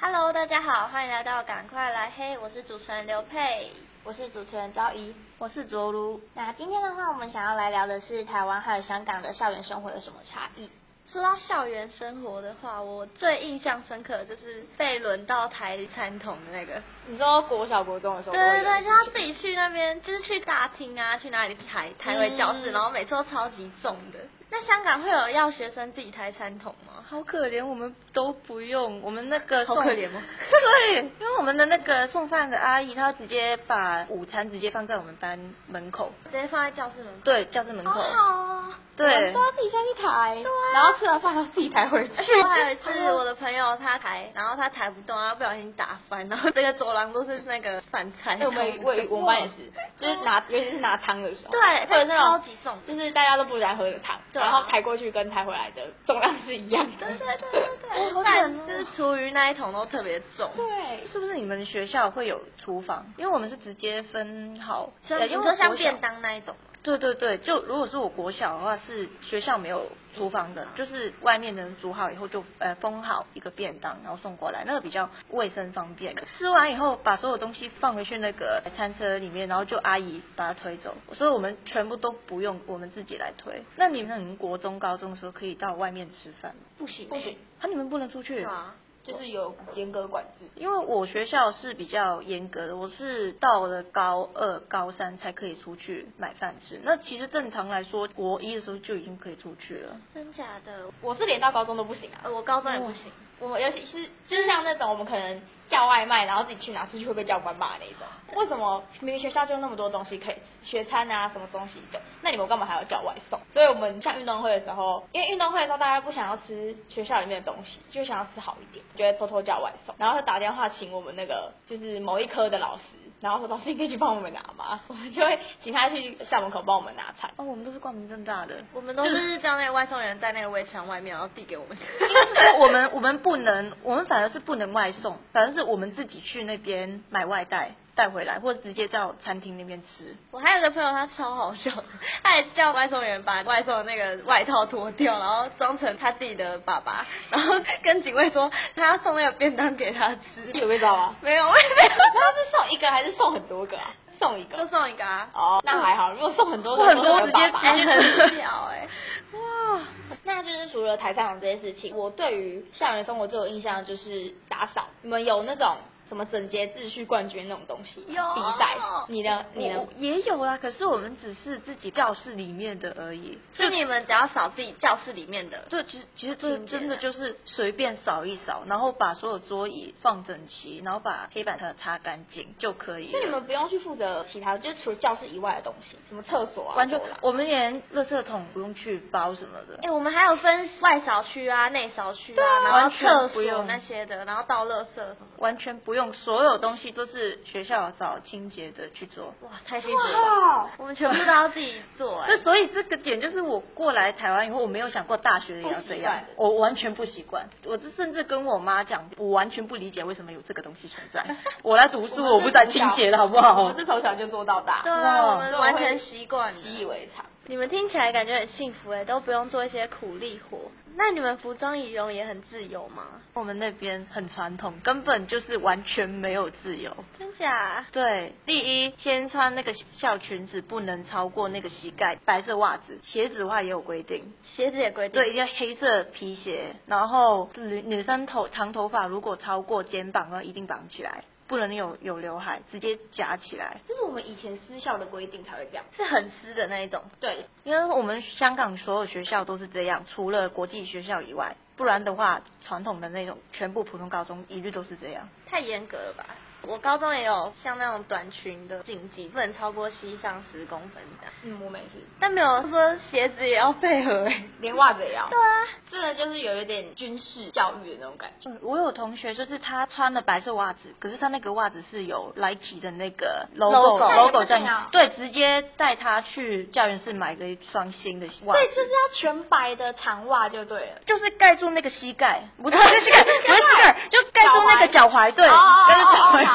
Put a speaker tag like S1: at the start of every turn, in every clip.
S1: Hello，大家好，欢迎来到赶快来黑，我是主持人刘佩，
S2: 我是主持人昭仪。
S1: 我是卓如。
S2: 那今天的话，我们想要来聊的是台湾还有香港的校园生活有什么差异？
S1: 说到校园生活的话，我最印象深刻的就是被轮到抬餐桶的那个，
S2: 你知道国小国中的时
S1: 对
S2: 候都会
S1: 对
S2: 有，
S1: 对，就要自己去那边，就是去大厅啊，去哪里抬抬回教室，
S2: 嗯
S1: 然后每次都超级重的。那香港会有要学生自己抬餐桶吗？
S3: 好可怜，我们都不用，我们那个
S1: 好
S3: 送
S1: 可怜哦
S3: 对，因为我们的那个送饭的阿姨，她直接把午餐直接放在我们班门口，
S1: 直接放在教室门口。
S3: 对，教室门口。
S1: 好好哦。
S2: 我
S3: 对
S2: 们都，要自己下去抬，
S1: 对啊
S2: 然后吃完饭还要自己抬回去
S1: 而且。我还
S2: 啊
S1: 有一次，我的朋友他抬，然后他抬不动，然后不小心打翻，然后这个走廊都是那个饭菜。
S2: 哎，我们我我们班也是，就是拿尤其是拿汤的时候，
S1: 对
S2: 或者是那
S1: 超
S2: 种
S1: 级重
S2: 就是大家都不来喝的汤，
S1: 对啊
S2: 然后抬过去跟抬回来的重量是一样的。
S1: 对对对对对，
S2: 好
S1: 但
S2: 惨哦
S1: 就是厨余那一桶都特别重。
S2: 对，
S3: 是不是你们学校会有厨房？因为我们是直接分好，
S1: 像
S3: 呃
S1: 你
S3: 因为
S1: 说像
S3: 国小
S1: 便当那一种吗，
S3: 对对对，就如果是我国小的话，是学校没有厨房的，就是外面的人煮好以后就呃封好一个便当，然后送过来，那个比较卫生方便。吃完以后把所有东西放回去那个餐车里面，然后就阿姨把它推走，所以我们全部都不用我们自己来推。那你们那你们国中、高中的时候可以到外面吃饭吗？
S1: 不行欸
S2: 不行，
S3: 啊，你们不能出去
S1: 是。吧？
S2: 就是有严格管制。
S3: 因为我学校是比较严格的，我是到了高二、高三才可以出去买饭吃。那其实正常来说，国一的时候就已经可以出去了。
S1: 真假的？
S2: 我是连到高中都不行啊，
S1: 呃，我高中也不行。
S2: 我们尤其是就是像那种我们可能叫外卖，然后自己去拿出去会被教官骂的那种。为什么明明学校就那么多东西可以吃，学餐啊什么东西的，那你们干嘛还要叫外送？所以我们像运动会的时候，因为运动会的时候大家不想要吃学校里面的东西，就想要吃好一点，就会偷偷叫外送，然后就打电话请我们那个就是某一科的老师。然后说老师，你可以去帮我们拿吗？ 我们就会请他去校门口帮我们拿餐。
S3: 哦，我们都是光明正大的。
S1: 我们都是叫那个外送员在那个围墙外面，然后递给 我们。
S3: 就是我们我们不能，我们反而是不能外送，反正是我们自己去那边买外带带回来，或者直接到餐厅那边吃。
S1: 我还有一个朋友，他超好笑的，他也叫外送员把外送的那个外套脱掉，然后装成他自己的爸 爸，然后跟警卫说他要送那个便当给他吃。
S2: 有被抓吗？
S1: 没有，啊我也没
S2: 他
S1: 有，
S2: 是送一个还是送很多个啊？送一
S1: 就
S2: 个。
S1: 送一个啊。
S2: 哦，那还好，如果送很多个，
S3: 很多
S2: 就是
S3: 直
S2: 爸
S3: 接
S2: 爸
S1: 哎，很巧哎、 哇！
S2: 那就是除了台上这件事情，我对于校园生活最有印象的就是打扫。你们有那种什么整洁秩序冠军那种东西
S1: 有
S2: 比赛？你的你
S3: 我
S2: 的
S3: 我也有啦，可是我们只是自己教室里面的而已。
S1: 就你们只要扫自己教室里面的，
S3: 就其实其实这
S1: 清
S2: 啊
S1: 洁
S3: 真的
S1: 的
S3: 就是随便扫一扫，然后把所有桌椅放整齐，然后把黑板擦擦干净就可以
S2: 所以你
S3: 了。
S2: 们不用去负责其他，就是除了教室以外的东西，什么厕所啊，
S3: 完全
S2: 走廊，
S3: 我们连垃圾桶不用去包什么的
S1: 哎、。我们还有分外扫区啊、内扫区啊，
S3: 啊
S1: 然后
S3: 完全
S1: 厕
S3: 不
S1: 所
S3: 用
S1: 那些的，然后倒垃圾什么的。
S3: 完全不用，所有东西都是学校找清洁的去做。
S1: 哇，太辛苦了
S2: 哇！
S1: 我们全部都要自己做、
S3: 那
S1: 哎，
S3: 所以这个点就是我过来台湾以后，我没有想过大学也要这样
S2: 不习惯，
S3: 我完全不习惯。我这甚至跟我妈讲，我完全不理解为什么有这个东西存 在。我来读书，我不在清洁了，好不
S2: 我
S3: 好
S2: 们？是从小就做到大，
S1: 对啊，
S3: 哇
S1: 我们
S2: 所以
S1: 完
S2: 会
S1: 全习惯了。
S2: 习以为常。
S1: 你们听起来感觉很幸福哎、都不用做一些苦力活。那你们服装仪容也很自由吗？
S3: 我们那边很传统，根本就是完全没有自由。
S1: 真假？
S3: 对，第一，先穿那个校裙子不能超过那个膝盖，白色袜子，鞋子的话也有规定。
S1: 鞋子也规定。
S3: 对，一定要黑色皮鞋，然后女女生头长头发如果超过肩膀，那一定绑起来，不能有有刘海，直接夹起来。
S2: 这是我们以前私校的规定才会这样。
S1: 是很湿的那一种。
S2: 对，
S3: 因为我们香港所有学校都是这样，除了国际学校以外，不然的话，传统的那种全部普通高中一律都是这样。
S1: 太严格了吧？我高中也有像那种短裙的禁忌，不能超过膝上十公分这样，
S2: 嗯，我们也是，
S1: 但没有说鞋子也要配合哎、
S2: 连袜子也要
S1: 对。啊，
S2: 真的就是有一点军事教育的那种感觉。
S3: 嗯， 我有同学就是他穿了白色袜子，可是他那个袜子是有 Nike 的那个 logo
S1: logo
S3: logo 在
S2: 戴在，
S3: 对，直接带他去教员室买了一双新的袜子
S2: 对，就是要全白的长袜就对了。
S3: 就是盖住那个膝盖，不是不是膝盖，不是膝盖， 就盖住那个脚踝，对，
S2: 哦哦
S3: 盖住脚
S2: 哦哦
S3: 踝就可以。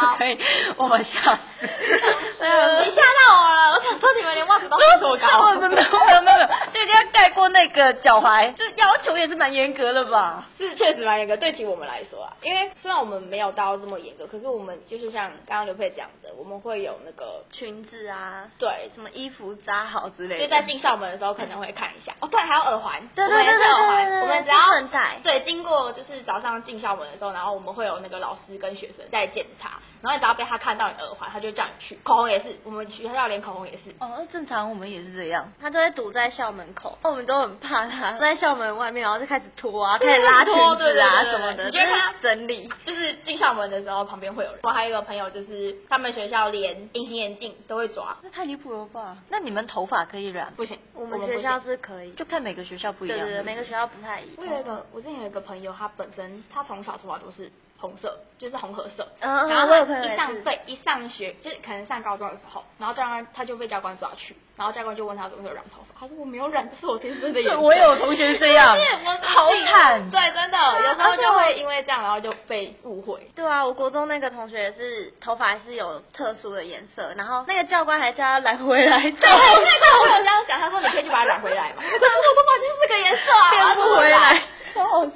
S3: 我吓死！ 对啊
S2: 你吓到我了，我想说你们连袜子都没多高。
S3: 没有没有没有没有，就一定要盖过那个脚踝，就要求也是蛮严格的吧？
S2: 是确实蛮严格，对起我们来说啊，因为虽然我们没有到这么严格，可是我们就是像刚刚刘佩讲的，我们会有那个
S3: 裙子啊，
S2: 对，
S3: 什么衣服扎好之类的，
S2: 就在进校门的时候可能会看一下。哦，对，还有耳环，
S3: 对
S2: 我们也是耳
S3: 对对对
S2: 环，
S3: 对对
S2: 我们只
S3: 是
S2: 要
S3: 顺带
S2: 对经过就是早上进校门的时候，然后我们会有那个老师跟学生在检查，然后你只要被他看到你耳环，他就叫你去。口红也是，我们学校连口红也是。
S3: 哦，那正常我们也是这样。
S1: 他都会堵在校门口，我们都很怕他都在校门外面，然后就开始脱啊，开始拉裙
S2: 脱对
S1: 子啊
S2: 对对对
S1: 什么的，
S2: 你
S1: 就
S2: 就会
S1: 是
S2: 看他
S1: 整理。
S2: 就是进校门的时候，旁边会有人。我还有一个朋友，就是他们学校连隐形眼镜都会抓，
S3: 那太离谱了吧？那你们头发可以染？
S2: 不行，
S1: 我
S2: 们
S1: 们
S2: 不
S1: 学
S2: 行
S1: 校是可以，
S3: 就看每个学校不一
S1: 对
S3: 样。
S1: 对对，每个学校不太一
S2: 我
S1: 样。
S2: 有一个，我之前有一个朋友，他本身他从小头发都是红色，就是红褐色。
S1: 嗯嗯
S2: 然
S1: 我
S2: 后他
S1: 有朋友也
S2: 一
S1: 是
S2: 上对一上学，就是可能上高中的时候，然后教官他就被教官抓去，然后教官就问他怎么会有染头发，他说我没有染，这是我天生的颜色。
S3: 我有同学这样
S2: 对我
S3: 好惨
S2: 对，真的，有时候就会因为这样，然后就被误会。
S1: 对啊，我国中那个同学也是头发是有特殊的颜色，然后那个教官还叫他染回来，
S2: 对，
S1: 再
S2: 那个我有这样讲，他说你可以去把它染回来嘛。 可是我头发就是这个颜色啊，
S1: 变不回来，
S2: 哦，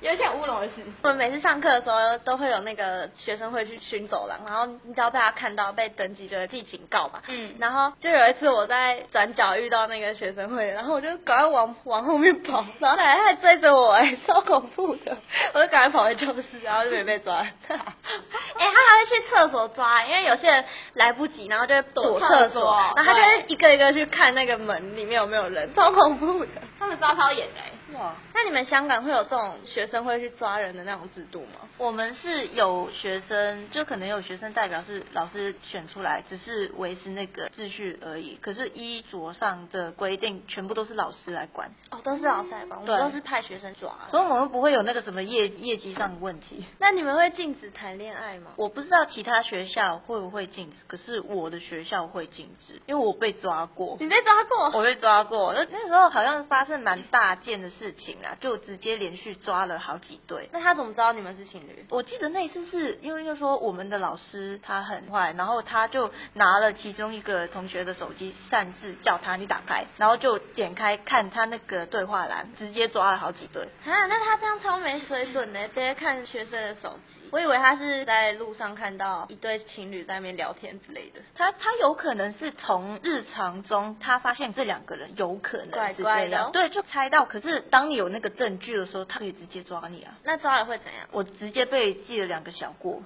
S2: 有点乌龙的事。
S1: 我们每次上课的时候都会有那个学生会去巡走廊，然后你只要被他看到被登记就会记警告嘛。
S2: 嗯
S1: 然后就有一次我在转角遇到那个学生会，然后我就赶快往往后面跑，然后奶奶还追着我、哎，超恐怖的！我就赶快跑回教室，然后就没被抓。 哎、他还会去厕所抓，因为有些人来不及，然后就会躲厕
S2: 躲厕 所
S1: 然后他就会
S2: 对
S1: 一个一个去看那个门里面有没有人，超恐怖的。
S2: 他们抓超严的欸、
S3: 哇，
S1: 那你们香港会有这种学生会去抓人的那种制度吗？
S3: 我们是有学生，就可能有学生代表是老师选出来，只是维持那个秩序而已。可是衣着上的规定，全部都是老师来管，
S1: 哦，都是老师来帮，我
S3: 对
S1: 们都是派学生抓的。
S3: 所以我们不会有那个什么业业绩上的问题。
S1: 那你们会禁止谈恋爱吗？
S3: 我不知道其他学校会不会禁止，可是我的学校会禁止，因为我被抓过。
S1: 你被抓过？
S3: 我被抓过，那那时候好像发生蛮大件的事情啦，就直接连续抓了好几对。
S1: 那他怎么知道你们是情侣？
S3: 我记得那一次是因为就说我们的老师他很坏，然后他就拿了其中一个同学的手机，擅自叫他你打开，然后就点开看他那个对话栏，直接抓了好几对。
S1: 啊，那他这样超没水准的，直接看学生的手机。我以为他是在路上看到一对情侣在那边聊天之类的，
S3: 他他有可能是从日常中他发现这两个人有可能是
S1: 怪
S3: 这
S1: 怪的
S3: 样，
S1: 哦
S3: 对，就猜到。可是当你有那个证据的时候，他可以直接抓你啊！
S1: 那抓了会怎样？
S3: 我直接被记了两个小过。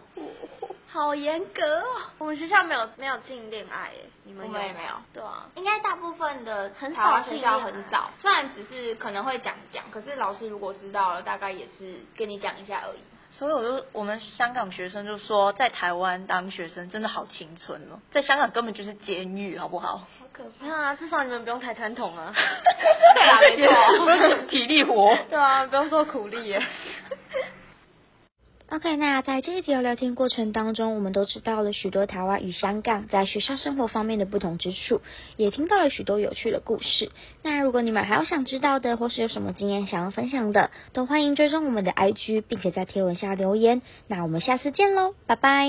S1: 好严格哦！我们学校没有没有禁恋爱耶，你们
S2: 我
S1: 有
S2: 们也
S1: 吗
S2: 没有
S1: 对啊，
S2: 应该大部分的
S1: 很
S2: 台湾
S1: 少
S2: 学
S1: 禁
S2: 校
S1: 恋
S2: 很
S1: 啊
S2: 早，虽然只是可能会讲讲，可是老师如果知道了，大概也是跟你讲一下而已。
S3: 所以我就我们香港学生就说，在台湾当学生真的好青春哦，在香港根本就是监狱，好不好？
S2: 好可
S1: 没有啊，至少你们不用抬餐桶啊。
S2: 对啦，没 错。
S3: 体力活。
S1: 对啊，不用做苦力耶。
S4: OK，那在这一集的聊天过程当中，我们都知道了许多台湾与香港在学校生活方面的不同之处，也听到了许多有趣的故事。那如果你们还有想知道的，或是有什么经验想要分享的，都欢迎追踪我们的 IG，并且在贴文下留言。那我们下次见喽，拜拜。